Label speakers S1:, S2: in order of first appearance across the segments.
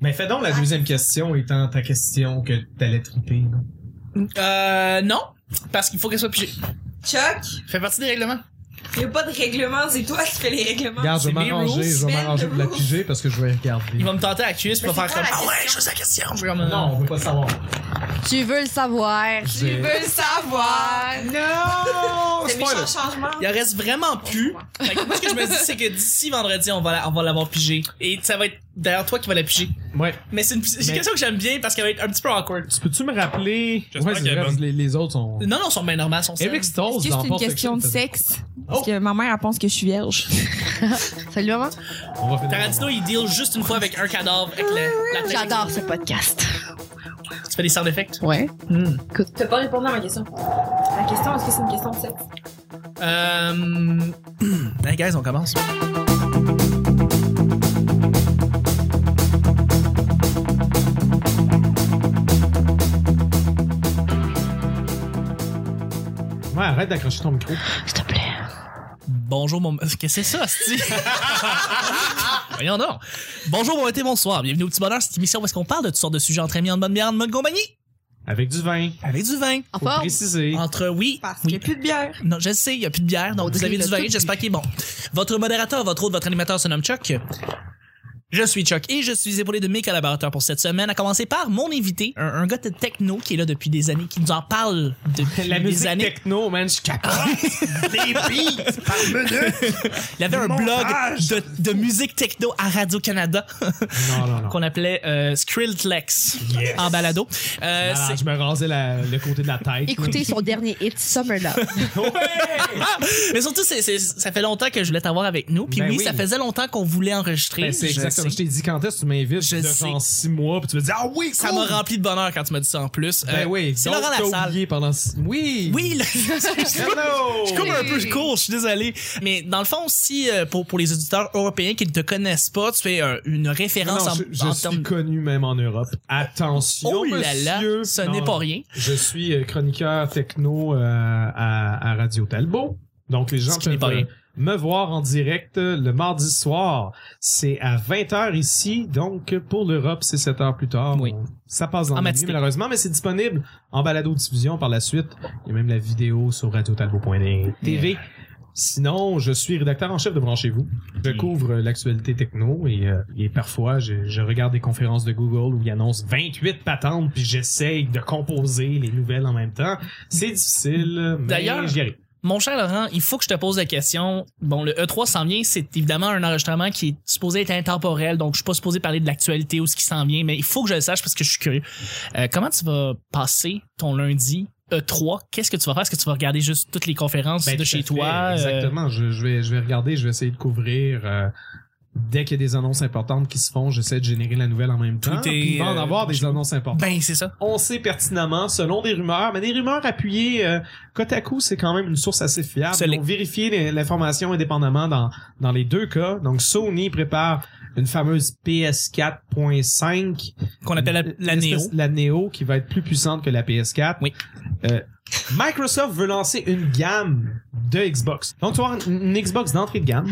S1: Mais fais donc la deuxième question étant ta question que t'allais triper. non?
S2: Euh, non. Parce qu'il faut qu'elle soit pigée.
S3: Chuck,
S2: Fait partie des règlements.
S3: y a pas de règlement, c'est toi qui fais les règlements.
S1: Regarde, je vais
S2: c'est mes
S1: m'arranger, je vais
S3: rules.
S1: m'arranger pour la piger parce que je vais
S2: Il
S1: regarder.
S2: va me tenter à la cuisse,
S3: Mais
S2: pour
S3: c'est
S2: faire
S3: quoi
S2: comme.
S3: la
S2: Ah ouais,
S3: question?
S2: je sais la question. Je vais comme, euh,
S1: Non, on veut pas savoir.
S4: Tu veux le savoir.
S3: Tu veux le savoir.
S1: Non!
S3: C'est méchant changement.
S2: Il en reste vraiment plus. Fait que moi, ce que je me dis, c'est que d'ici vendredi, on va, la- on va l'avoir pigé. Et ça va être d'ailleurs toi qui va la piger.
S1: Ouais.
S2: Mais c'est une, c'est une
S1: Mais-
S2: question que j'aime bien parce qu'elle va être un petit peu awkward.
S1: Tu peux-tu me rappeler?
S5: J'espère
S1: c'est
S5: qu'elle est
S1: vrai,
S5: bonne.
S1: les, les autres sont.
S2: Non, non, ils sont bien normales, ils sont saines.
S1: Eric Stolz
S3: Est-ce que
S1: dans
S3: c'est une
S1: Pulp
S3: question de
S1: Fiction,
S3: sexe? Parce que ma mère, elle pense que je suis vierge.
S4: Salut maman.
S1: On va finir.
S2: Tarantino, il deal juste une fois avec un cadavre, avec le- la tête.
S4: J'adore ce podcast.
S2: Tu fais des sound effects.
S4: Ouais.
S3: T'as pas répondu à ma question. La question, est-ce que c'est une question de sexe?
S2: Euh. hey guys, on commence.
S1: Ouais, arrête d'accrocher ton micro.
S4: S'il te plaît.
S2: Bonjour, mon. Qu'est-ce que c'est ça, Asti? Voyons donc. Bonjour, bon été, bonsoir. Bienvenue au petit bonheur, cette émission où est-ce qu'on parle de toutes sortes de sujets entre amis, en bonne bière, en bonne compagnie.
S1: Avec du vin.
S2: Avec du vin.
S4: En
S1: Faut
S4: forme.
S1: préciser.
S2: Entre oui.
S3: Parce qu'il
S2: oui.
S3: y a plus de bière.
S2: Non, je le sais, il n'y a plus de bière, donc vous
S4: Oui,
S2: avez
S4: il
S2: du
S4: a
S2: vin,
S4: tout
S2: j'espère qu'il est bon. Votre modérateur, votre hôte, votre animateur se nomme Chuck. Je suis Chuck et je suis épaulé de mes collaborateurs pour cette semaine, à commencer par mon invité, un, un gars de techno qui est là depuis des années, qui nous en parle depuis
S1: La
S2: des
S1: musique
S2: années.
S1: techno, man, je capote.
S5: Des beats par minute!
S2: Il avait un blog
S5: montage.
S2: de, de musique techno à Radio-Canada
S1: Non, non, non.
S2: qu'on appelait euh, Skrillex en balado. Euh,
S1: Malade,
S2: c'est-
S1: je me rasais la- le côté de la tête.
S4: Écoutez son dernier hit, Summer Love.
S2: Ah! mais surtout, c'est- c'est- ça fait longtemps que je voulais t'avoir avec nous. Puis
S1: Ben
S2: oui,
S1: oui.
S2: ça faisait longtemps qu'on voulait enregistrer.
S1: Ben, c'est
S2: Je
S1: exactement.
S2: sais.
S1: Je t'ai dit quand est-ce que tu m'invites
S2: Je
S1: de
S2: sais.
S1: genre six mois, puis tu me dis ah oui,
S2: Ça
S1: cool.
S2: m'a rempli de bonheur quand tu m'as dit ça en plus.
S1: Ben
S2: Euh,
S1: oui,
S2: C'est
S1: donc
S2: Laurent
S1: t'as
S2: Lassalle.
S1: oublié pendant six- Oui.
S2: Oui, là, je
S1: Hello.
S2: coupe un peu court, je suis désolé. Mais dans le fond, si euh, pour, pour les auditeurs européens qui ne te connaissent pas, tu fais euh, une
S1: Non,
S2: référence
S1: je,
S2: en,
S1: je
S2: en
S1: suis
S2: termes-
S1: connu même en Europe. Attention,
S2: Oh là là,
S1: monsieur.
S2: ce
S1: Non,
S2: n'est pas rien.
S1: Je suis euh, chroniqueur techno euh, à, à Radio Talbot. Donc les gens
S2: Ce qui n'est
S1: peuvent
S2: pas rien.
S1: euh, me voir en direct euh, le mardi soir. C'est à 20h ici, donc euh, pour l'Europe, c'est 7 heures plus tard.
S2: Oui.
S1: On- Ça passe dans
S2: En
S1: la nuit,
S2: matinée.
S1: malheureusement, mais c'est disponible en balado-diffusion par la suite. Il y a même la vidéo sur radiotalbot.tv. Sinon, je suis rédacteur en chef de Branchez-vous.
S2: Hmm.
S1: Je couvre euh, l'actualité techno et, euh, et parfois, je, je regarde des conférences de Google où ils annoncent 28 patentes puis j'essaye de composer les nouvelles en même temps. C'est difficile, mais
S2: D'ailleurs-
S1: j'y arrive.
S2: Mon cher Laurent, il faut que je te pose la question. Bon, le E3 s'en vient, c'est évidemment un enregistrement qui est supposé être intemporel, donc je suis pas supposé parler de l'actualité ou ce qui s'en vient, mais il faut que je le sache parce que je suis curieux. Euh, comment tu vas passer ton lundi E3? Qu'est-ce que tu vas faire? Est-ce que tu vas regarder juste toutes les conférences
S1: Ben,
S2: de
S1: tout à
S2: chez
S1: fait,
S2: toi? euh,
S1: Exactement. Je, je vais, je vais regarder, je vais essayer de couvrir. euh, dès qu'il y a des annonces importantes qui se font, j'essaie de générer la nouvelle en même
S2: Tout
S1: temps.
S2: est,
S1: Puis il va en
S2: euh,
S1: avoir des annonces importantes.
S2: Ben, c'est ça.
S1: on sait pertinemment, selon des rumeurs, mais des rumeurs appuyées euh, côte à coup, c'est quand même une source assez fiable.
S2: Solide.
S1: On vérifie les- l'information indépendamment dans, dans les deux cas. Donc, Sony prépare une fameuse PS4.5
S2: Qu'on appelle la, la
S1: une
S2: Neo.
S1: espèce- La Neo qui va être plus puissante que la PS4.
S2: Oui.
S1: Euh, Microsoft veut lancer une gamme de Xbox. Donc, tu vas avoir une, une Xbox d'entrée de gamme,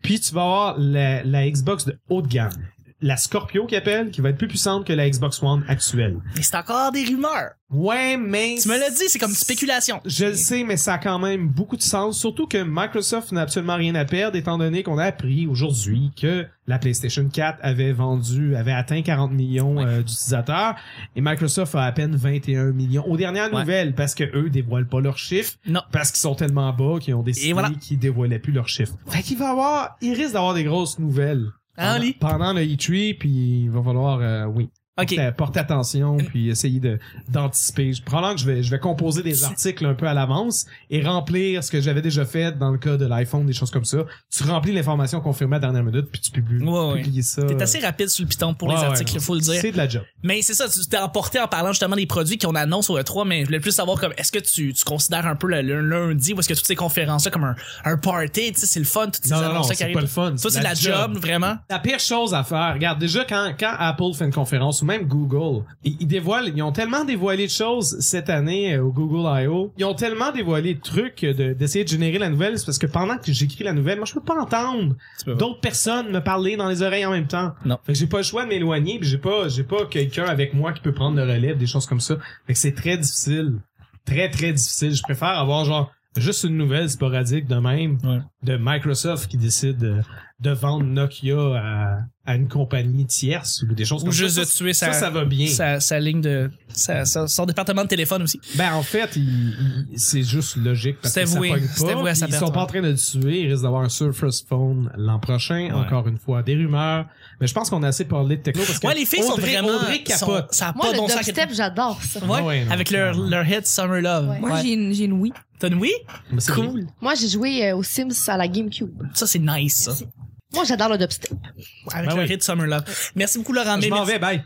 S1: puis tu vas avoir la, la Xbox de haut de gamme. La Scorpio qui appelle, qui va être plus puissante que la Xbox One actuelle.
S2: Mais c'est encore des rumeurs.
S1: Ouais, mais...
S2: Tu me l'as dit, c'est comme spéculation.
S1: Je le sais, mais ça a quand même beaucoup de sens. Surtout que Microsoft n'a absolument rien à perdre, étant donné qu'on a appris aujourd'hui que la PlayStation 4 avait vendu, avait atteint 40 millions euh, d'utilisateurs, et Microsoft a à peine 21 millions. Aux dernières
S2: Ouais.
S1: nouvelles, parce que eux dévoilent pas leurs chiffres,
S2: Non.
S1: parce qu'ils sont tellement bas qu'ils ont
S2: Et
S1: décidé
S2: voilà.
S1: qu'ils dévoilaient plus leurs chiffres. Fait qu'il va avoir, il risque d'avoir des grosses nouvelles.
S2: Hein,
S1: pendant,
S2: Oli?
S1: pendant le E3, puis il va falloir, euh, oui,
S2: OK. Euh.
S1: porter, porter attention puis essayer de d'anticiper. Je prends que je vais je vais composer des articles un peu à l'avance et remplir ce que j'avais déjà fait dans le cas de l'iPhone, des choses comme ça. Tu remplis l'information confirmée à la dernière minute puis tu publies,
S2: Ouais, ouais.
S1: publies ça.
S2: T'es assez rapide sur le piton pour les
S1: euh, Ouais,
S2: articles,
S1: ouais.
S2: faut le dire.
S1: C'est de la job.
S2: Mais c'est ça, tu t'es emporté en parlant justement des produits qu'on annonce au E3, mais je voulais plus savoir comme est-ce que tu, tu considères un peu le, le lundi ou est-ce que toutes ces conférences-là comme un, un party, tu sais, c'est le fun, toutes ces
S1: Non non non,
S2: annonces-là qui
S1: c'est
S2: arrivent.
S1: pas le fun.
S2: Toi, c'est de la job, vraiment.
S1: La pire chose à faire, regarde, déjà quand, quand Apple fait une conférence ou même Google. Ils, ils dévoilent, ils ont tellement dévoilé de choses cette année euh, au Google I.O. Ils ont tellement dévoilé de trucs euh, de- d'essayer de, générer la nouvelle, c'est parce que pendant que j'écris la nouvelle, moi je peux pas entendre
S2: Tu peux pas.
S1: d'autres personnes me parler dans les oreilles en même temps.
S2: Non.
S1: Fait que j'ai pas le choix de m'éloigner, puis j'ai pas, j'ai pas quelqu'un avec moi qui peut prendre le relève, des choses comme ça. Fait que c'est très difficile. Très, très difficile. Je préfère avoir genre juste une nouvelle sporadique de même
S2: Ouais.
S1: de Microsoft qui décide euh, de vendre Nokia à, à une compagnie tierce ou des choses
S2: Ou
S1: comme
S2: juste
S1: ça.
S2: de
S1: Ça,
S2: tuer
S1: ça,
S2: sa,
S1: ça va bien.
S2: sa, sa ligne de. sa- sa- son département de téléphone aussi.
S1: Ben, en fait, il- il- c'est juste logique parce
S2: C'est
S1: que ça
S2: voué.
S1: pogne
S2: C'est
S1: pas.
S2: voué à
S1: puis
S2: sa
S1: Ils
S2: perte,
S1: sont pas
S2: ouais.
S1: en train de le tuer. Ils risquent d'avoir un Surface Phone l'an prochain. Encore une fois, des rumeurs. Mais je pense qu'on a assez parlé de techno parce que
S2: Ouais, les filles
S1: Audrey-
S2: sont vraiment.
S1: Audrey
S2: sont-
S1: capote. Ah
S2: ça a
S4: Moi,
S2: pas
S4: le
S2: bon sens.
S4: dubstep, j'adore ça.
S2: Ouais,
S1: Ouais, non,
S2: avec leur,
S1: clairement.
S2: leur hit Summer Love.
S4: Ouais.
S2: Ouais.
S6: Moi, j'ai une, j'ai une oui.
S2: T'as une oui?
S1: Mais c'est-
S2: Cool.
S4: Moi, j'ai joué euh, aux Sims à la GameCube.
S2: Ça, c'est nice, ça.
S4: Moi, j'adore le dubstep.
S2: Avec
S1: Ben
S2: leur
S1: oui.
S2: hit Summer Love. Merci beaucoup, Laurent.
S1: Je
S2: May.
S1: m'en
S2: Ah, Merci,
S1: vais, bye.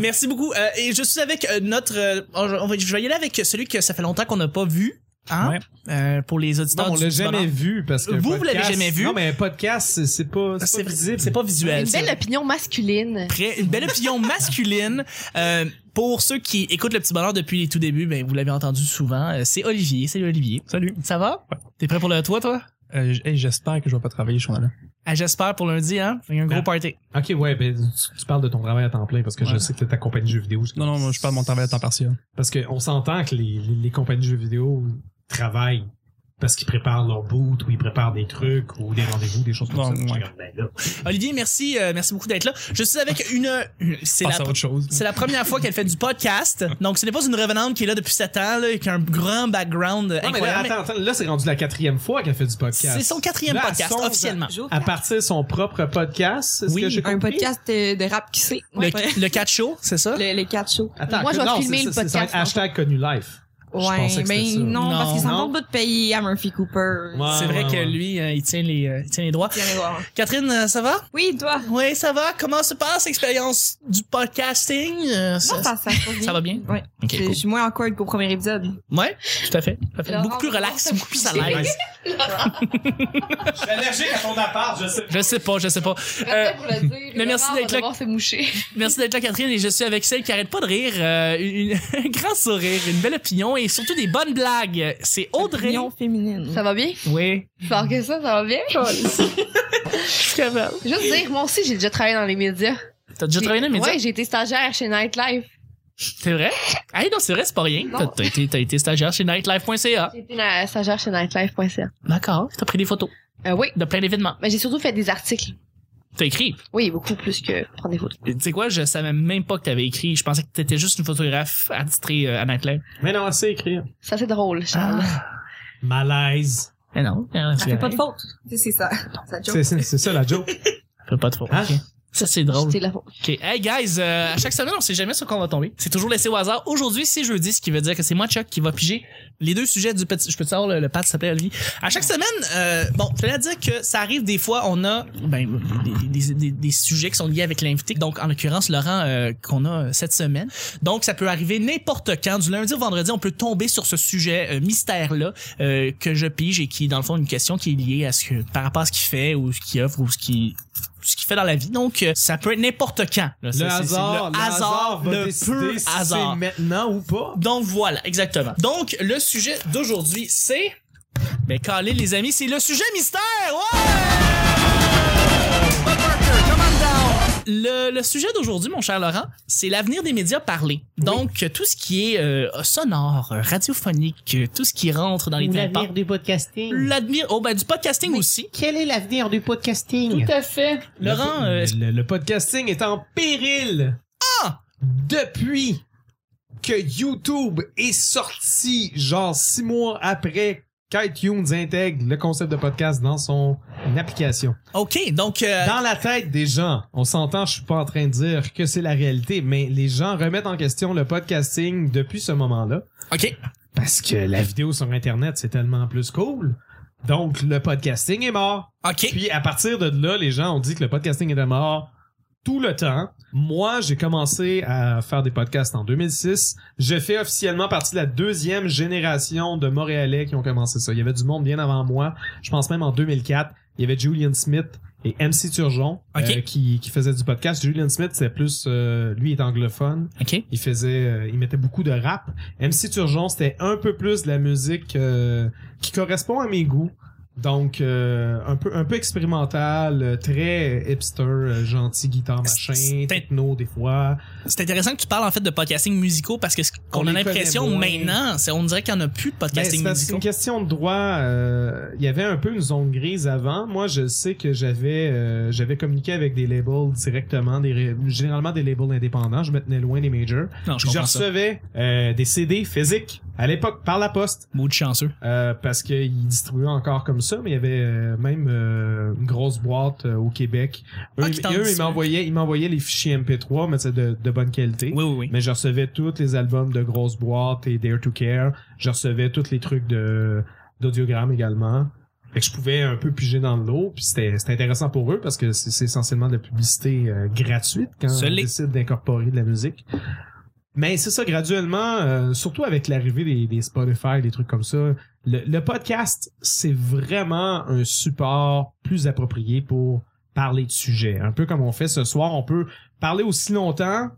S2: merci beaucoup. Euh, et je suis avec euh, notre. euh, on- on va- je vais y aller avec celui que ça fait longtemps qu'on n'a pas vu. Hein?
S1: Ouais.
S2: Euh, pour les
S1: Non,
S2: auditeurs.
S1: on
S2: du-
S1: l'a
S2: du
S1: jamais
S2: bonheur.
S1: vu parce que.
S2: Vous, vous l'avez
S1: podcast-
S2: jamais vu.
S1: Non, mais podcast, c'est- c'est pas, c'est
S2: C'est
S1: pas visible.
S2: C'est pas visuel.
S4: Une
S2: ça.
S4: belle opinion masculine.
S2: Très- une belle opinion masculine. Euh, pour ceux qui écoutent le petit bonheur depuis les tout débuts, ben vous l'avez entendu souvent. euh, c'est Olivier. Salut Olivier.
S6: Salut.
S2: Ça va? T'es prêt pour le toit, toi?
S6: Euh, j- hey, J'espère que je vais pas travailler ce jour-là.
S2: Ah, j'espère pour lundi, hein? Il y a un gros
S1: Ah.
S2: party.
S1: Ok, ouais, ben, tu- tu parles de ton travail à temps plein parce que je
S6: Ouais.
S1: sais que t'es ta compagnie de jeux vidéo.
S6: Non, non, moi, je parle de mon travail à temps partiel.
S1: Parce qu'on s'entend que les, les, les compagnies de jeux vidéo travaillent parce qu'ils préparent leur boot ou ils préparent des trucs ou des rendez-vous, des choses comme
S6: Bon,
S1: ça.
S6: ouais.
S1: Je regarde, ben là.
S2: Olivier, merci, euh, merci beaucoup d'être là. Je suis avec une, une- c'est la,
S6: Passe à Ah, autre chose.
S2: c'est la première fois qu'elle fait du podcast. Donc, ce n'est pas une revenante qui est là depuis 7 ans, là, et qui a un grand background euh,
S1: Non, mais
S2: incroyable.
S1: attends, attends, là, c'est rendu la quatrième fois qu'elle fait du podcast.
S2: C'est son quatrième
S1: Là,
S2: podcast,
S1: son-
S2: officiellement.
S1: À partir de son propre podcast, c'est
S2: Oui,
S1: ce que j'ai
S6: un
S1: compris.
S6: Oui. Oui. podcast.
S5: podcast euh, de rap qui sait. Ouais, ouais.
S2: Le, le catch show, c'est ça?
S5: Le- les quatre shows.
S1: Attends,
S4: Moi, je
S1: que-
S4: vais
S1: non,
S4: filmer
S1: c'est-
S4: le
S1: c'est- c'est-
S4: podcast,
S1: c'est- hashtag connu life. Je pensais
S5: Ouais,
S1: que
S5: mais
S1: c'était ça.
S5: non,
S2: Non.
S5: parce qu'ils
S1: Non.
S5: s'en vont pas de payer à Murphy Cooper.
S2: c'est vrai que
S1: lui
S2: lui, euh, il tient les, euh, il tient les droits.
S5: Tiens, allez voir.
S2: Catherine, euh, ça va?
S5: Oui, toi.
S2: Oui, ça va. Comment se passe l'expérience du podcasting? Euh,
S5: Moi,
S2: ça-
S5: ça, ça, se passe bien.
S2: ça va bien?
S5: Ouais.
S2: Ok,
S5: Je-
S2: cool.
S5: Je suis moins awkward qu'au premier épisode.
S2: Ouais, tout à fait. Tout à fait.
S5: Laurent,
S2: Beaucoup plus relax,
S5: Laurent,
S2: beaucoup plus à l'aise.
S1: Je suis allergique à ton appart, je sais.
S2: Je sais pas, je sais pas. Euh, mais merci d'être là.
S4: C'est mouché.
S2: Merci d'être là, Catherine, et je suis avec celle qui arrête pas de rire. euh, une- un grand sourire, une belle opinion et surtout des bonnes blagues. C'est Audrey.
S5: Opinion féminine.
S4: Ça va bien?
S2: Oui.
S4: Fort que ça, ça va bien? Juste
S2: T'as
S4: dire, moi aussi, j'ai déjà travaillé dans les médias.
S2: déjà
S4: J'ai-
S2: travaillé dans les médias?
S4: Ouais, j'ai été stagiaire chez Nightlife.
S2: C'est vrai? Ah non, c'est vrai, c'est pas rien. T'as-
S4: Non.
S2: T'as été, t'as été stagiaire chez nightlife.ca.
S4: J'ai été na- stagiaire chez nightlife.ca.
S2: D'accord. T'as pris des photos
S4: Euh, oui,
S2: de plein d'événements.
S4: mais j'ai surtout fait des articles.
S2: T'as écrit.
S4: Oui, beaucoup plus que prendre des photos.
S2: Tu sais quoi, je savais même pas que t'avais écrit. Je pensais que t'étais juste une photographe attitrée euh, à Nightlife.
S1: Mais non, c'est écrit.
S4: Ça, c'est
S1: Ah,
S4: drôle, Charles.
S1: Malaise.
S2: Mais non, non,
S5: Ça
S2: c'est
S5: fait pas de
S2: vrai.
S5: faute. Tu sais, C'est ça. Ça joke.
S1: C'est c'est- c'est ça la joke.
S2: Fait pas de faute.
S1: Hein?
S2: ok. Ça, c'est drôle.
S4: C'était la faute.
S2: OK. Hey, guys, euh, à chaque semaine, on sait jamais sur quoi on va tomber. C'est toujours laissé au hasard. Aujourd'hui, c'est jeudi, ce qui veut dire que c'est moi, Chuck, qui va piger les deux sujets du petit... Je peux te savoir le, le pad s'appelle Olivier. À chaque semaine, euh, bon, je tenais à dire que ça arrive des fois, on a ben, des, des- des- des sujets qui sont liés avec l'invité. Donc, en l'occurrence, Laurent, euh, qu'on a euh, cette semaine. Donc, ça peut arriver n'importe quand. Du lundi au vendredi, on peut tomber sur ce sujet euh, mystère-là euh, que je pige et qui est, dans le fond, une question qui est liée à ce que, par rapport à ce qu'il fait ou ce qu'il offre ou ce qu'il ce qu'il fait dans la vie. Donc, euh, ça peut être n'importe quand. là. C'est-
S1: Le
S2: c'est- c'est
S1: hasard, le hasard va décider
S2: pur
S1: si c'est
S2: hasard.
S1: maintenant ou pas.
S2: Donc, voilà, exactement. Donc, le sujet d'aujourd'hui, c'est... Ben, calé, les amis, c'est le sujet mystère! Ouais! Bob Barker, come on down! Le, le sujet d'aujourd'hui, mon cher Laurent, c'est l'avenir des médias parlés. Donc, euh, tout ce qui est euh, sonore, euh, radiophonique, euh, tout ce qui rentre dans les tympans.
S1: du podcasting.
S2: L'avenir, oh ben du podcasting aussi.
S1: Quel est l'avenir du podcasting?
S2: à fait. Laurent, euh, est-ce-
S1: le, le- le podcasting est en péril.
S2: Ah!
S1: Depuis que YouTube est sorti, genre six mois après qu'iTunes intègre le concept de podcast dans son application.
S2: ok, donc euh,
S1: Dans la tête des gens, on s'entend, je suis pas en train de dire que c'est la réalité, mais les gens remettent en question le podcasting depuis ce moment-là.
S2: ok,
S1: Parce que la vidéo sur Internet, c'est tellement plus cool. Donc, le podcasting est mort.
S2: ok.
S1: Puis, à partir de là, les gens ont dit que le podcasting était mort tout le temps. Moi, j'ai commencé à faire des podcasts en 2006. Je fais officiellement partie de la deuxième génération de Montréalais qui ont commencé ça. Il y avait du monde bien avant moi. Je pense même en 2004. Il y avait Julian Smith et MC Turgeon euh,
S2: Ok.
S1: qui, qui faisait du podcast. Julian Smith, c'est plus euh, lui est anglophone.
S2: OK?
S1: Il faisait, euh, il mettait beaucoup de rap. MC Turgeon, c'était un peu plus de la musique euh, qui correspond à mes goûts. Donc euh, un peu un peu expérimental, euh, très hipster, euh, gentil guitare machin,
S2: C'est-
S1: techno des fois.
S2: C'est intéressant que tu parles en fait de podcasting musicaux parce que ce qu'on
S1: On
S2: a
S1: les
S2: l'impression
S1: connaît moins.
S2: maintenant, c'est on dirait qu'il n'y en a plus de
S1: Ben, c'est
S2: podcasting
S1: parce que c'est
S2: musicaux.
S1: une question de droit. euh, Il y avait un peu une zone grise avant. Moi, je sais que j'avais euh, j'avais communiqué avec des labels directement, des ré- généralement des labels indépendants. Je me tenais loin des majors. Puis
S2: Non, je
S1: Je
S2: comprends ça.
S1: recevais euh, des CD physiques à l'époque par la poste
S2: Maudit chanceux.
S1: euh, parce qu'ils distribuaient encore comme ça, mais il y avait euh, même euh, une grosse boîte euh, au Québec. Eux,
S2: Ah, qui t'en
S1: eux, ils
S2: distribuent.
S1: m'envoyaient ils m'envoyaient les fichiers MP3, mais c'est de, de bonne qualité.
S2: Oui, oui, oui.
S1: Mais je recevais tous les albums de Grosse Boîte et Dare to Care. Je recevais tous les trucs de d'audiogramme également. Fait que je pouvais un peu piger dans le lot. Puis c'était c'était intéressant pour eux parce que c'est c'est essentiellement de la publicité euh, gratuite quand
S2: Ce
S1: on
S2: l'est.
S1: décide d'incorporer de la musique. Mais c'est ça, graduellement, euh, surtout avec l'arrivée des, des Spotify, des trucs comme ça, le, le podcast, c'est vraiment un support plus approprié pour parler de sujets. Un peu comme on fait ce soir, on peut parler aussi longtemps.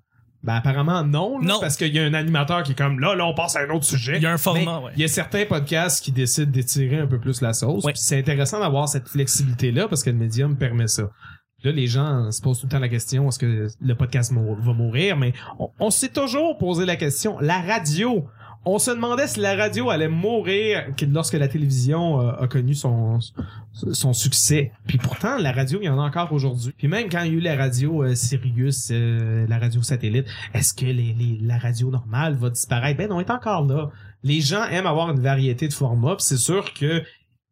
S1: Ben, apparemment, non, là,
S2: Non.
S1: parce qu'il y a un animateur qui est comme là, là, on passe à un autre sujet.
S2: Il y a un format,
S1: Mais
S2: Ah ouais.
S1: Il y a certains podcasts qui décident d'étirer un peu plus la sauce.
S2: Ouais.
S1: Puis C'est intéressant d'avoir cette flexibilité-là parce que le médium permet ça. Là, les gens se posent tout le temps la question est-ce que le podcast mou- va mourir Mais on, on s'est toujours posé la question. La radio, on se demandait si la radio allait mourir que- lorsque la télévision euh, a connu son, son succès. Puis pourtant, la radio, il y en a encore aujourd'hui. Puis même quand il y a eu la radio euh, Sirius, euh, la radio satellite, est-ce que les, les- la radio normale va disparaître? Ben non, elle est encore là. Les gens aiment avoir une variété de formats, puis c'est sûr que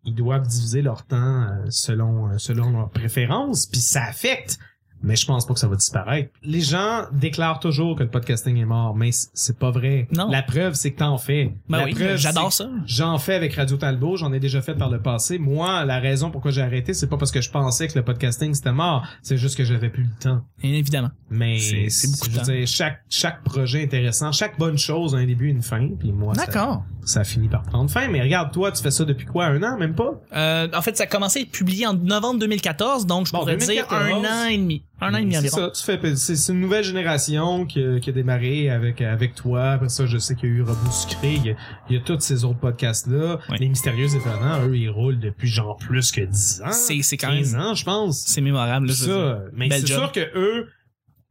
S1: ils doivent diviser leur temps euh, selon, euh, selon leurs préférences, puis ça affecte. Mais je pense pas que ça va disparaître. Les gens déclarent toujours que le podcasting est mort, mais c- c'est pas vrai.
S2: Non.
S1: La preuve, c'est que t'en fais.
S2: Ben
S1: la
S2: oui,
S1: preuve,
S2: j'adore ça.
S1: J'en fais avec Radio Talbot, j'en ai déjà fait par le passé. Moi, la raison pourquoi j'ai arrêté, c'est pas parce que je pensais que le podcasting c'était mort, c'est juste que j'avais plus le temps.
S2: Évidemment.
S1: Mais
S2: C'est- c'est beaucoup de
S1: je veux
S2: temps.
S1: dire, chaque chaque projet intéressant, chaque bonne chose a un début et une fin, puis moi ça,
S2: D'accord.
S1: ça finit par prendre fin. Mais regarde toi, tu fais ça depuis quoi Un an, même pas
S2: Euh, en fait, ça a commencé à être publié en novembre 2014, donc je
S1: Bon,
S2: pourrais dire
S1: 2014.
S2: un an et demi. Un an et demi
S1: C'est
S2: environ.
S1: ça, tu fais c'est c'est une nouvelle génération qui, a- qui a démarré avec avec toi. Après ça, je sais qu'il y a eu Rebou Sucré, il y a, il y a tous ces autres podcasts là,
S2: Ouais.
S1: les mystérieux étonnants, eux ils roulent depuis genre plus que 10 ans.
S2: C'est c'est quand
S1: 15
S2: même.
S1: ans, je pense.
S2: C'est mémorable. là, je veux dire.
S1: ça, mais
S2: Bel
S1: c'est
S2: job.
S1: sûr que eux,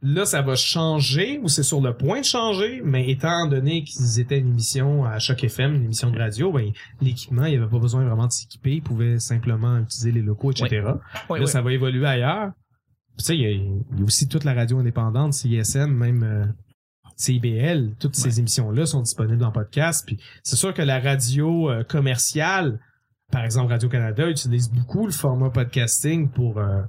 S1: là, ça va changer ou c'est sur le point de changer, mais étant donné qu'ils étaient une émission à Choc FM, une émission de radio, ben, l'équipement, il n'y avait pas besoin vraiment de s'équiper. Ils pouvaient simplement utiliser les locaux, etc.
S2: Ouais,
S1: là,
S2: ouais.
S1: ça va évoluer ailleurs. Puis, Tu sais, il y, a- il y a aussi toute la radio indépendante, CISM, même euh, CIBL, toutes ces émissions-là sont disponibles en podcast. Puis c'est sûr que la radio euh, commerciale, par exemple Radio-Canada, utilise beaucoup le format podcasting pour, euh,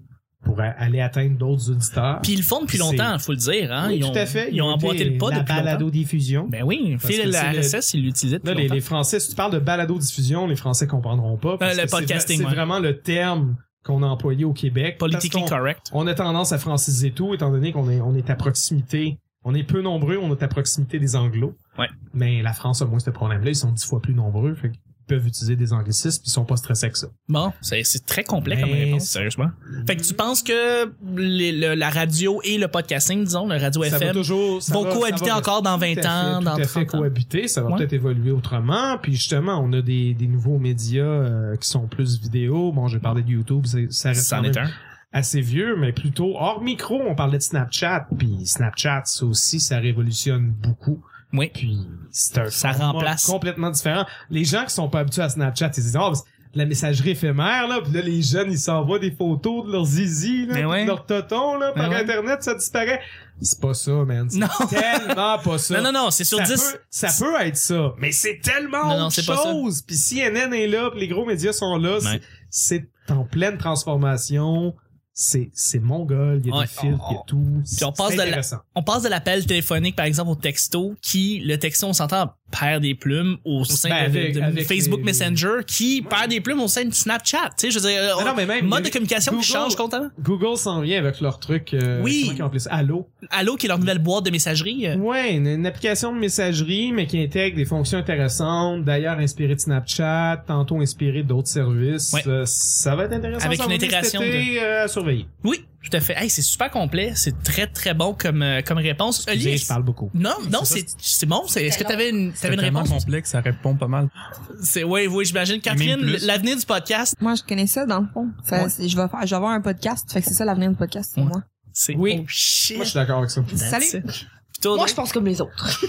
S1: pour a- aller atteindre d'autres auditeurs.
S2: Puis ils le font depuis
S1: C'est-
S2: longtemps, faut le dire. Hein.
S1: Oui,
S2: ils
S1: tout
S2: ont,
S1: à fait.
S2: Ils ont emboîté
S1: été
S2: le pas
S1: La
S2: depuis longtemps.
S1: balado-diffusion.
S2: Ben oui,
S1: Parce
S2: Phil,
S1: que
S2: la
S1: c'est le-
S2: RSS, il l'utilisait depuis
S1: Là, les,
S2: longtemps. Euh,
S1: les Français, si tu parles de balado-diffusion, les Français comprendront pas. parce
S2: le
S1: que c'est vra-
S2: podcasting,
S1: C'est
S2: ouais.
S1: vraiment le terme qu'on a employé au Québec. parce
S2: Politically
S1: qu'on-
S2: correct.
S1: on a tendance à franciser tout, étant donné qu'on est, on est à proximité. On est peu nombreux, on est à proximité des Anglo.
S2: Ouais.
S1: Mais la France a moins ce problème-là. Ils sont dix fois plus nombreux. Fait qu'ils peuvent utiliser des anglicismes, puis ils sont pas stressés que ça.
S2: Bon, c'est c'est très complet comme
S1: Mais
S2: réponse,
S1: c'est-
S2: sérieusement. Fait que tu penses que les- le- la radio et le podcasting, disons, le radio
S1: ça va
S2: FM,
S1: toujours, ça
S2: vont
S1: va- ça
S2: cohabiter
S1: va-
S2: encore dans 20
S1: tout à fait,
S2: ans,
S1: tout
S2: dans
S1: à fait
S2: 30 ans.
S1: cohabiter, ça va
S2: Ouais.
S1: peut-être évoluer autrement. Puis justement, on a des, des nouveaux médias euh, qui sont plus vidéo. Bon, j'ai parlé de YouTube, c'est- ça reste
S2: Ça
S1: quand
S2: en
S1: même
S2: est un.
S1: assez vieux, mais plutôt hors micro, on parlait de Snapchat, puis Snapchat, ça aussi, ça révolutionne beaucoup.
S2: Oui.
S1: Puis c'est un
S2: Ça
S1: format
S2: remplace.
S1: complètement différent. Les gens qui sont pas habitués à Snapchat, ils se disent oh, c'est de la messagerie éphémère là, puis là les jeunes ils s'envoient des photos de leurs zizi, là,
S2: Mais
S1: puis
S2: ouais.
S1: de leurs totons là
S2: Mais
S1: par
S2: ouais.
S1: internet, ça disparaît. C'est pas ça, man. C'est
S2: Non.
S1: tellement pas ça.
S2: Non, non, non, c'est sur
S1: ça
S2: 10.
S1: peut, ça peut être ça, mais c'est tellement
S2: Non, non,
S1: autre
S2: c'est pas ça.
S1: chose. Puis CNN est là, puis les gros médias sont là, c'est-
S2: Ouais.
S1: c'est en pleine transformation. C'est c'est mongol, il y a
S2: Ouais,
S1: des filtres, il y a
S2: on-
S1: tout.
S2: on
S1: C'est
S2: passe de la-
S1: intéressant.
S2: On passe de l'appel téléphonique, par exemple, au texto, qui, le texto, on s'entend, perd des plumes au sein
S1: Ben,
S2: de- de,
S1: avec-
S2: de
S1: avec
S2: Facebook
S1: les-
S2: Messenger qui perd des plumes au sein de Snapchat. Tu sais, je veux dire,
S1: Mais non, mais même,
S2: Oh, mode
S1: il y
S2: de
S1: a-
S2: communication qui
S1: Google-
S2: change constamment.
S1: Google s'en vient avec leur truc. euh,
S2: Oui.
S1: Comment ils appellent ça? Allo.
S2: Allo, qui est leur nouvelle boîte de messagerie. euh,
S1: Ouais, une, une application de messagerie, mais qui intègre des fonctions intéressantes. D'ailleurs, inspirée de Snapchat, tantôt inspirée d'autres services.
S2: Ouais.
S1: Euh, ça va être intéressant.
S2: Avec
S1: ça
S2: une
S1: va venir cet
S2: intégration
S1: été, euh, à surveiller.
S2: Oui, tout à fait. Hey, c'est super complet. C'est très, très bon comme, euh, comme réponse.
S1: Excusez,
S2: Oli,
S1: je parle beaucoup.
S2: Non, non,
S6: ça,
S2: c'est c'est bon. c'est- Est-ce que
S3: C'était
S2: t'avais une, t'avais
S6: C'est
S2: une
S6: tellement
S2: réponse?
S6: complexe, ça répond pas mal.
S2: C'est, oui, oui, j'imagine. Catherine,
S6: plus.
S2: l'avenir du podcast,
S5: Moi, je connais ça, dans le fond. Fait,
S2: Ouais.
S5: c'est- je, vais faire, je vais avoir un podcast. Fait que c'est ça l'avenir du podcast, c'est
S2: Ouais.
S5: moi.
S2: c'est,
S1: Oui.
S2: oh shit.
S1: Moi, je suis d'accord avec ça.
S2: That's
S5: Salut.
S2: it. Puis toi,
S4: Moi,
S2: Audrey?
S4: je pense comme les autres.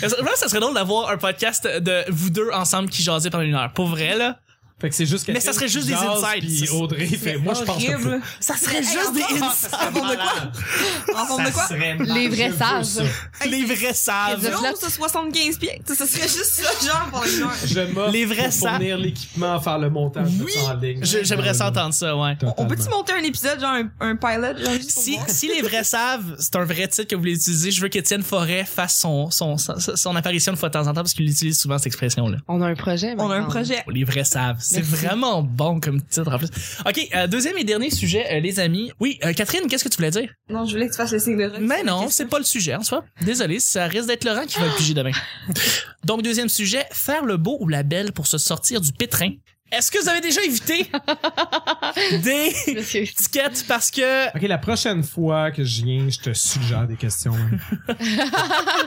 S2: Vraiment, ça serait drôle d'avoir un podcast de vous deux ensemble qui jasez pendant une heure. Pour vrai, là.
S1: Fait que c'est juste
S2: Mais
S1: Catherine
S2: ça serait juste
S1: qui
S2: des
S1: jase,
S2: insights.
S1: Puis
S2: Ça-
S1: Audrey fait,
S2: Ben,
S1: moi, je pense que
S5: Horrible.
S2: Ça serait juste
S5: encore?
S2: des
S5: En forme de quoi? En forme de quoi?
S4: Les vrais savent.
S2: Les vrais
S5: Des
S2: savent.
S4: Hey,
S5: autres, ça, 75 pieds. Ça, ça serait juste ça, genre, pour les gens.
S1: Je m'offre
S2: Les vrais
S1: pour
S2: savent.
S1: fournir l'équipement, faire le montage de
S2: Oui.
S1: ça en ligne. Euh,
S2: Je- J'aimerais ça entendre ça, ouais.
S5: On
S1: Totalement.
S5: peut-tu monter un épisode, genre un, un pilot, genre juste pour
S2: Si,
S5: voir?
S2: si les vrais savent, c'est un vrai titre que vous voulez utiliser. Je veux qu'Étienne Forêt fasse son, son, son, son apparition une fois de temps en temps parce qu'il utilise souvent cette expression-là.
S4: On a un projet.
S5: On a un
S4: maintenant.
S5: projet.
S2: Les vrais savent. C'est
S4: Merci.
S2: vraiment bon comme titre en plus. OK, euh, deuxième et dernier sujet, euh, les amis. Oui, euh, Catherine, qu'est-ce que tu voulais dire?
S5: Non, je voulais que tu fasses le signe de Rock.
S2: Mais non, c'est pas le sujet en soi. Désolé, ça risque d'être Laurent qui va le piger demain. Donc, deuxième sujet, faire le beau ou la belle pour se sortir du pétrin. Est-ce que vous avez déjà évité des
S4: Monsieur.
S2: étiquettes parce que
S1: Ok, la prochaine fois que je viens, je te suggère des questions. hein.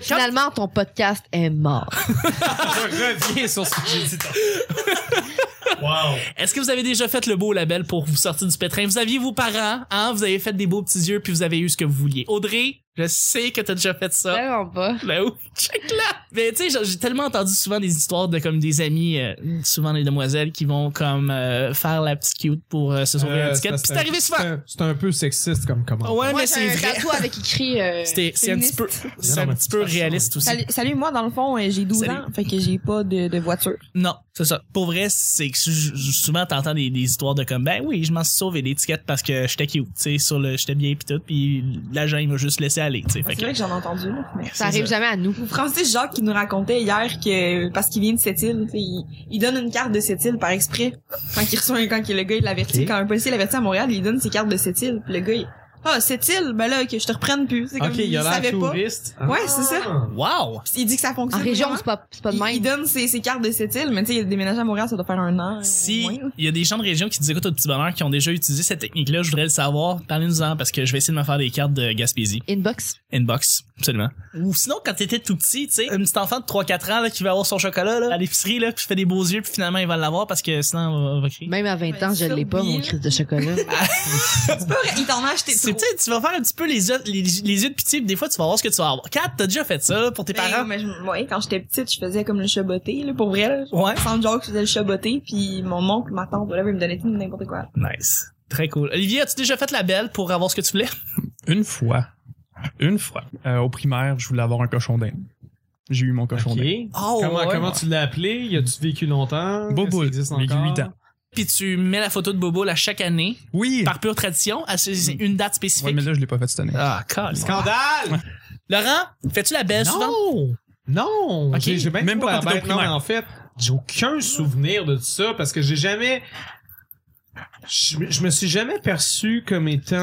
S4: Finalement, ton podcast est mort.
S1: je reviens sur ce que j'ai dit. tantôt. wow.
S2: Est-ce que vous avez déjà fait le beau label pour vous sortir du pétrin? Vous aviez vos parents, hein? Vous avez fait des beaux petits yeux puis vous avez eu ce que vous vouliez. Audrey, je sais que t'as déjà fait ça.
S4: Vraiment pas.
S2: Ben oui, check là! Mais tu sais, j'ai- j'ai tellement entendu souvent des histoires de comme des amis, euh, souvent des demoiselles qui vont comme euh, faire la petite cute pour euh, se sauver
S1: Euh,
S2: la ticket. Puis
S1: ça,
S2: c'est arrivé souvent!
S1: un- C'est un peu sexiste comme comment.
S2: Ouais,
S4: Moi,
S2: mais c'est
S4: j'ai un
S2: vrai.
S4: tatou avec écrit. euh,
S2: C'était- C'est un petit peu, c'est
S1: Non,
S2: un
S1: mais
S2: petit peu
S1: de toute façon,
S2: réaliste aussi.
S5: Salut, salut, moi, dans le fond, euh, j'ai 12
S2: Salut.
S5: ans, fait que j'ai pas de, de voiture.
S2: Non, c'est ça. Pour vrai, c'est que je- je- souvent t'entends des, des histoires de comme ben oui, je m'en suis sauvé l'étiquette parce que j'étais cute, tu sais, sur le j'étais bien pis tout, puis l'agent il m'a juste laissé aller, tu sais. Fait
S5: C'est
S2: que-
S5: vrai que j'en ai entendu, là, mais...
S4: Ça arrive jamais à nous.
S5: Francis Jacques qui nous racontait hier que parce qu'il vient de cette île, tu sais, il, il donne une carte de cette île par exprès. Quand il reçoit un quand que le gars il l'avertit,
S1: Ok.
S5: quand un policier l'avertit à Montréal, il donne ses cartes de cette île. Puis le gars il Ah, cette île, ben là, que je te reprenne plus. C'est comme
S1: Ok,
S5: il,
S1: il a l'air
S5: savait pas.
S1: touriste. Ah.
S5: Ouais, c'est ça.
S2: Wow!
S5: Il dit que ça
S4: En
S5: fonctionne.
S4: région,
S5: vraiment.
S4: c'est pas, c'est pas de
S5: il, il
S4: même.
S5: donne ses, ses cartes de cette île, mais tu sais, il a déménagé à Montréal, ça doit faire un an.
S2: Si
S5: au moins, là.
S2: il y a des gens de région qui disent écoute au petit bonheur qui ont déjà utilisé cette technique-là, je voudrais le savoir, parlez-nous-en parce que je vais essayer de me faire des cartes de Gaspésie.
S4: Inbox.
S2: Inbox, absolument. Ou sinon, quand t'étais tout petit, tu sais, un petit enfant de 3-4 ans là, qui va avoir son chocolat là, à l'épicerie, là, puis fait des beaux yeux, puis finalement il va l'avoir parce que sinon on va, on va crier.
S4: Même à 20 ans, je l'ai pas, mon crise de chocolat.
S5: C'est pas vrai, il t'en a acheté
S2: C'est,
S5: trop.
S2: tu sais, tu vas faire un petit peu les yeux, les, les yeux de pitié, puis des fois, tu vas voir ce que tu vas avoir. Kat, t'as déjà fait ça, là, pour tes
S5: Mais,
S2: parents?
S5: mais Ben, je- ouais, quand j'étais petite, je faisais comme le chaboté, là, pour vrai. Là.
S2: Ouais.
S5: Sans joke, je faisais le chaboté, puis mon oncle, ma tante, whatever, ils me donnaient tout n'importe quoi.
S2: Nice. Très cool. Olivier, as-tu déjà fait la belle pour avoir ce que tu voulais?
S6: Une fois, une fois, euh, au primaire, je voulais avoir un cochon d'Inde. J'ai eu mon cochon d'Inde.
S2: Oh,
S1: comment,
S2: ouais.
S1: comment tu l'as appelé? Y a-tu vécu longtemps?
S6: Bobo,
S1: Est-ce qu'il existe
S6: mais il y a
S1: encore?
S6: huit ans.
S2: Puis tu mets la photo de Bobo, là, chaque année,
S6: Oui!
S2: par pure tradition, à ce- c'est une date
S6: Ouais,
S2: spécifique.
S6: mais là, je l'ai pas fait cette année.
S2: Ah, calme.
S1: Scandale!
S2: Laurent, fais-tu la belle souvent?
S1: Non! Non!
S2: Ok.
S1: J'ai- J'ai même,
S6: Même pas
S1: pas
S6: quand t'étais au
S1: ben, non,
S6: primaire.
S1: en fait, j'ai aucun souvenir de ça parce que j'ai jamais. Je, me- je me suis jamais perçu comme étant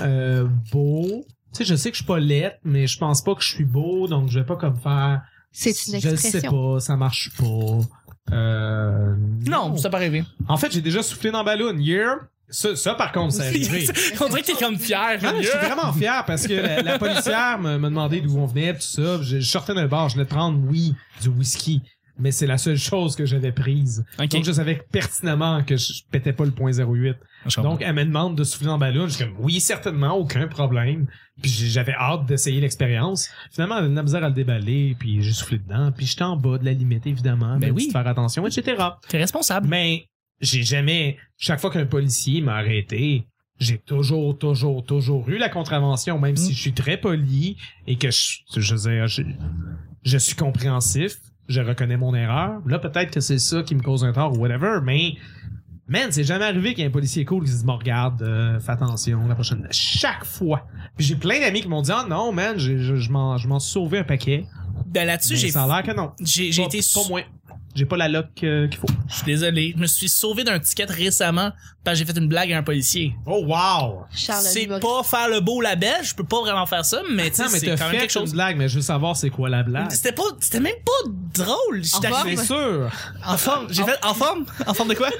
S1: euh, beau. Tu sais, je sais que je suis pas laite, mais je pense pas que je suis beau, donc je vais pas comme faire.
S4: C'est une
S1: Je le sais
S4: expression.
S1: pas, ça marche pas. Euh,
S2: Non, ça peut arriver.
S1: En fait, j'ai déjà soufflé dans ballon. Yeah. Ça, ça, par contre, c'est arrivé.
S2: On dirait que t'es comme fier.
S1: Non, mais je suis vraiment fier parce que la, la policière me, me demandait d'où on venait, pis tout ça. Je, je sortais d'un bar, je voulais prendre, oui, du whisky. Mais c'est la seule chose que j'avais prise.
S2: Ok.
S1: Donc, je savais pertinemment que je pétais pas le point 08. Donc, elle me demande de souffler en ballon. Je suis comme, oui, certainement, aucun problème. Puis j'ai- j'avais hâte d'essayer l'expérience. Finalement, elle avait de la misère à le déballer, puis j'ai soufflé dedans. Puis j'étais en bas de la limite, évidemment.
S2: Ben
S1: mais
S2: oui.
S1: Faire attention, etc.
S2: t'es responsable.
S1: Mais j'ai jamais, chaque fois qu'un policier m'a arrêté, j'ai toujours, toujours, toujours eu la contravention, même si je suis très poli et que je, je, veux dire, je, je suis compréhensif, je reconnais mon erreur. Là, peut-être que c'est ça qui me cause un tort ou whatever, mais Man, c'est jamais arrivé qu'il y ait un policier cool qui se dit, Bon, regarde, euh, fais attention, la prochaine. Chaque fois. Puis j'ai plein d'amis qui m'ont dit, ah non, man, j'ai- je je m'en je m'en suis sauvé un paquet.
S2: Ben là-dessus,
S1: Mais
S2: j'ai
S1: ça a l'air que non.
S2: j'ai j'ai
S1: Pas-
S2: été
S1: Pas moins. J'ai pas la loque euh, qu'il faut.
S2: Je suis désolé. Je me suis sauvé d'un ticket récemment parce que j'ai fait une blague à un policier.
S1: Oh, wow!
S4: Charles
S2: c'est
S4: l'humoriste.
S2: pas faire le beau la belle, je peux pas vraiment faire ça, mais tu sais,
S1: Attends, mais
S2: c'est
S1: t'as
S2: quand même
S1: fait
S2: quelque
S1: une
S2: chose.
S1: blague, mais je veux savoir c'est quoi la blague.
S2: C'était pas, c'était même pas drôle. J'étais
S4: En
S2: arrivé-
S1: C'est sûr!
S2: En forme. J'ai fait, en forme? En forme de quoi?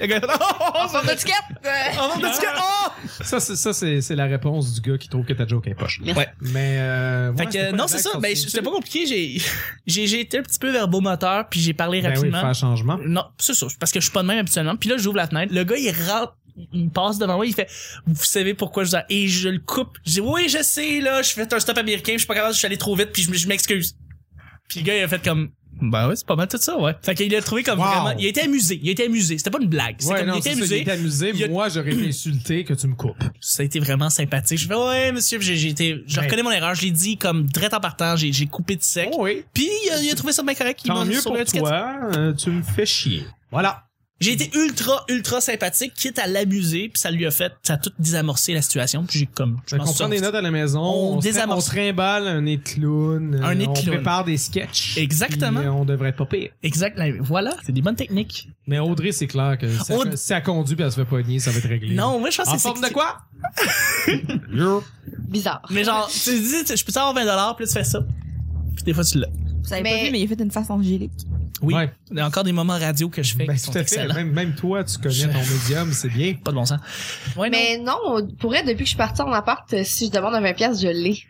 S2: en forme de ticket!
S4: euh,
S2: En forme de ticket! Oh!
S1: Ça, c'est, ça c'est, c'est la réponse du gars qui trouve que ta joke est poche.
S4: Merci.
S2: Ouais.
S1: Mais euh,
S2: Fait
S1: ouais,
S2: que,
S1: pas
S2: euh,
S1: une
S2: non,
S1: blague
S2: c'est ça.
S1: sortie
S2: Ben,
S1: du
S2: c'était
S1: cul.
S2: pas compliqué. J'ai, j'ai, j'ai été un petit peu verbomoteur, puis j'ai parlé
S1: Ben oui,
S2: rapidement.
S1: faire changement.
S2: Non, c'est ça. Parce que je suis pas de même habituellement. Puis là, j'ouvre la fenêtre. Le gars, il rentre. Il passe devant moi, il fait Vous savez pourquoi je vous ai- Et je le coupe. Je dis Oui, je sais, là, je fais un stop américain, je suis pas capable, je suis allé trop vite, puis je, m- je m'excuse. Puis le gars, il a fait comme Ben ouais, c'est pas mal tout ça, ouais. Fait qu'il a trouvé comme
S1: Wow.
S2: vraiment. Il a été amusé. Il a été amusé. C'était pas une blague. C'était
S1: Ouais,
S2: comme
S1: non,
S2: il était
S1: c'est ça,
S2: amusé.
S1: il était amusé.
S2: Il a-
S1: Moi, j'aurais été insulté que tu me coupes.
S2: Ça a été vraiment sympathique. Je fais Ouais, monsieur, j'ai j'ai été. Je
S1: Ben.
S2: reconnais mon erreur, je l'ai dit comme direct en partant, j'ai j'ai coupé de sec.
S1: Oh oui.
S2: Puis il a, il a trouvé ça bien correct. Il
S1: Tant
S2: m'a
S1: mieux
S2: sauvé
S1: pour
S2: un ticket.
S1: toi. euh, tu me fais chier. Voilà.
S2: J'ai été ultra, ultra sympathique, quitte à l'amuser, puis ça lui a fait, ça a tout désamorcé la situation, puis j'ai comme, je
S1: Fait
S2: m'en
S1: qu'on
S2: suis
S1: prend des
S2: sorti.
S1: notes à la maison.
S2: On
S1: se-
S2: désamorce.
S1: On trimballe un nez de clown. euh,
S2: Un nez de
S1: on
S2: clown.
S1: prépare des sketchs.
S2: Exactement.
S1: puis, euh, on devrait être pas pire.
S2: Exact, là, voilà, c'est des bonnes techniques.
S1: Mais Audrey, c'est clair que si,
S2: Aud-
S1: elle, si elle conduit puis elle se fait pogner, ça va être réglé.
S2: Non, moi, je pense
S1: En
S2: que c'est...
S1: forme de quoi? Yo.
S4: Bizarre.
S2: Mais genre, tu te dis, tu- je peux avoir 20 dollars, puis là, tu fais ça. Puis des fois, tu l'as.
S5: Vous savez
S4: Mais-
S5: pas vu, mais il a fait une face angélique.
S2: Oui.
S1: Ouais.
S2: Il y a encore des moments radio que je fais
S1: Ben,
S2: qui
S1: tout
S2: sont
S1: à fait.
S2: excellents.
S1: Même, même toi, tu connais
S2: Je-
S1: ton médium, c'est bien.
S2: Pas de bon sens. Ouais, non.
S4: Mais non, pour vrai, depuis que je suis partie en appart, euh, si je demande un 20$, piastres, je l'ai.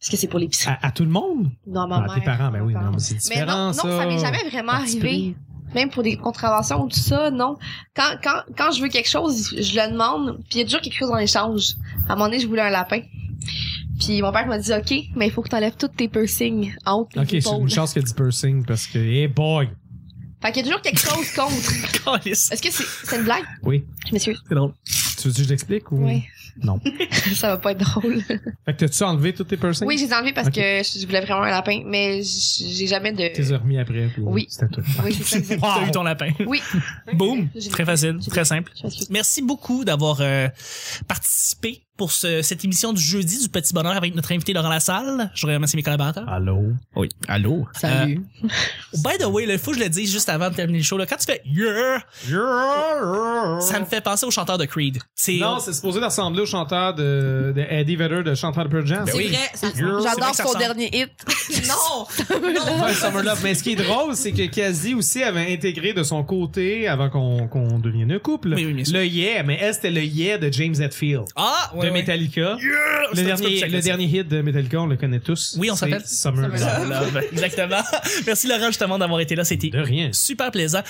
S4: Parce que c'est pour l'épicerie.
S1: À, à tout le monde?
S4: Non, ma
S1: À
S4: mère.
S1: Ah, tes parents, ben
S4: ma
S1: oui,
S4: mère.
S1: non, mais c'est
S4: Mais
S1: différent,
S4: non, non,
S1: ça.
S4: ça m'est jamais vraiment
S1: Particulier.
S4: arrivé. Même pour des contraventions ou tout ça, non. Quand, quand, quand je veux quelque chose, je le demande, puis il y a toujours quelque chose en échange. À un moment donné, je voulais un lapin. Puis mon père m'a dit, OK, mais il faut que t'enlèves tous tes piercings en haut de tes
S1: Ok, c'est une
S4: épaules.
S1: chance qu'il y a du piercing parce que, hey boy!
S4: Fait qu'il y a toujours quelque chose contre.
S2: Calisse.
S4: Est-ce que c'est c'est une blague?
S1: Oui.
S4: Monsieur,
S2: C'est drôle.
S1: Tu veux que je t'explique ou?
S4: oui.
S1: Non.
S4: ça va pas être drôle.
S1: Fait que t'as-tu enlevé tous tes piercings?
S4: Oui, je les ai enlevés parce
S1: Ok.
S4: que je voulais vraiment un lapin, mais j- j'ai jamais de...
S1: T'es remis après, puis
S4: Oui.
S1: c'était tout.
S4: Oui, c'est ça. exact.
S2: T'as eu ton lapin.
S4: Oui.
S2: Boom.
S4: J'ai-
S2: Très facile,
S4: j'ai-
S2: très simple.
S4: Je m'excuse.
S2: Merci beaucoup d'avoir euh, participé pour ce- cette émission du jeudi du Petit Bonheur avec notre invité Laurent Lassalle. Je voudrais remercier mes collaborateurs.
S1: Allô?
S2: Oui. Allô?
S4: Salut.
S1: Ah,
S2: By the way, il faut que je le dise juste avant de terminer le show. Là, quand tu fais yeah, ça me fait penser au chanteur de Creed. C'est
S1: Non, c'est supposé de ressembler au chanteur de, de Eddie Vedder, de chanteur de Pearl Jam.
S2: Ben
S5: C'est
S2: oui.
S5: vrai, ça
S1: Yo.
S2: C'est vrai
S4: J'adore
S2: que ça
S4: son
S2: ressemble.
S4: dernier hit.
S5: Non!
S1: Ouais, Summer Love. Mais ce qui est drôle, c'est que Kazi aussi avait intégré de son côté, avant qu'on qu'on devienne un couple,
S2: Oui, oui, bien sûr.
S1: le yeah, mais elle, c'était le yeah de James Hetfield.
S2: ah
S1: de Metallica. Le dernier, le dernier hit de Metallica, on le connaît tous.
S2: Oui, on
S1: C'est
S2: s'appelle-
S1: Summer Love.
S2: Exactement. Merci Laurent justement d'avoir été là, c'était
S1: De rien.
S2: super plaisant.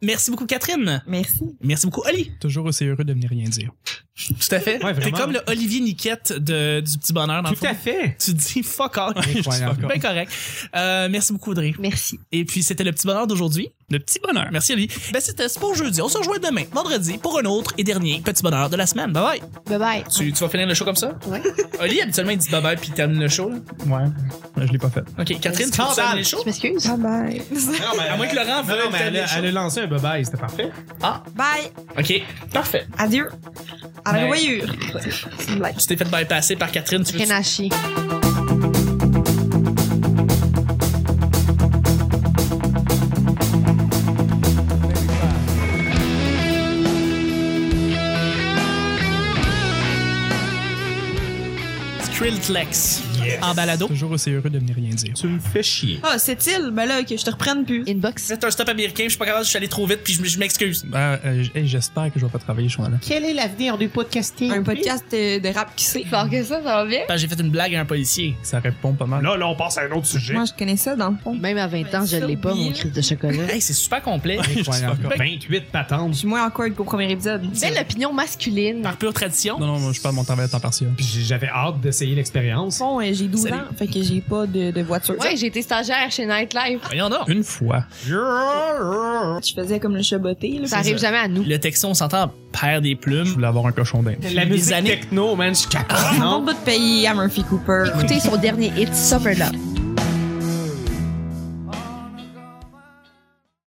S2: Merci beaucoup Catherine.
S5: Merci.
S2: Merci beaucoup Oli.
S6: Toujours aussi heureux de venir rien dire.
S2: Tout à fait.
S1: Ouais, vraiment.
S2: T'es comme le Olivier Niquette de, du petit bonheur dans le
S1: Tout à
S2: fond.
S1: fait.
S2: Tu dis fuck off.
S1: Incroyable.
S2: Bien correct. Euh, merci beaucoup Audrey.
S4: Merci.
S2: Et puis c'était le petit bonheur d'aujourd'hui.
S6: Le petit bonheur.
S2: Merci Oli. Ben c'était c'est pour jeudi. On se rejoint demain, vendredi, pour un autre et dernier petit bonheur de la semaine. Bye bye.
S4: Bye bye.
S2: Tu, tu vas finir le show comme ça?
S4: Ouais.
S2: Oli, habituellement, il dit bye bye puis il termine le show. Là.
S6: Ouais. Ben, Je l'ai pas fait.
S2: Ok, Catherine, tu vas
S1: Scandale.
S2: terminer le show?
S4: Je m'excuse.
S5: Bye bye.
S2: À moins que
S1: Non,
S2: Laurent veuille
S1: non, mais elle,
S2: terminer
S1: a-
S2: le show.
S1: elle a lancé un bye-bye, c'était parfait.
S5: Bye.
S2: Ah, Ok, parfait.
S5: Adieu. À la
S2: Ouais.
S5: revoyure.
S2: Tu t'es fait bypasser par Catherine. Tu veux
S4: Rien à chier.
S2: Skrillex en balado.
S6: Toujours aussi heureux de venir rien dire.
S1: Tu me fais chier.
S5: Ah, c'est il ben là, que je te reprenne plus.
S4: Inbox.
S2: C'est un stop américain, je suis pas capable, je suis allé trop vite puis je, je m'excuse.
S6: Ah, euh, j- hey, j'espère que je vais pas travailler ce jour-là.
S1: Quel est l'avenir du podcasting?
S5: Un podcast euh, de rap qui sait.
S4: Fort que ça, ça va bien?
S2: Ben, J'ai fait une blague à un policier.
S6: Ça répond pas mal.
S1: Là, là, on passe à un autre sujet.
S5: Moi, je connais ça dans le fond.
S4: Même à 20 ans, je l'ai pas, mon crise de chocolat.
S2: Hey, c'est super complet.
S1: Incroyable.
S6: Je sais pas.
S1: 28 patentes.
S5: J'ai moins encore qu'au premier épisode.
S4: Belle opinion masculine.
S2: Par pure tradition.
S6: Non, non, moi, je parle de mon travail à temps partiel.
S1: Puis j'ai- j'avais hâte d'essayer l'expérience.
S5: Bon, euh, j'ai 12
S2: Salut.
S5: ans, fait que j'ai pas de, de voiture.
S4: Ouais, j'ai été stagiaire chez Nightlife.
S2: Voyons donc.
S6: Une fois,
S5: Je faisais comme le chaboté. Là.
S4: Ça arrive jamais à nous.
S2: Le Texon, on s'entend, perd des
S6: je
S2: plumes.
S6: voulais avoir un cochon d'Inde.
S1: La
S2: Des
S1: musique
S2: années. Ah,
S1: techno, man, je capote.
S5: Un
S1: non?
S5: bon bout de pays à Murphy Cooper.
S4: Écoutez son dernier hit, Summer Love.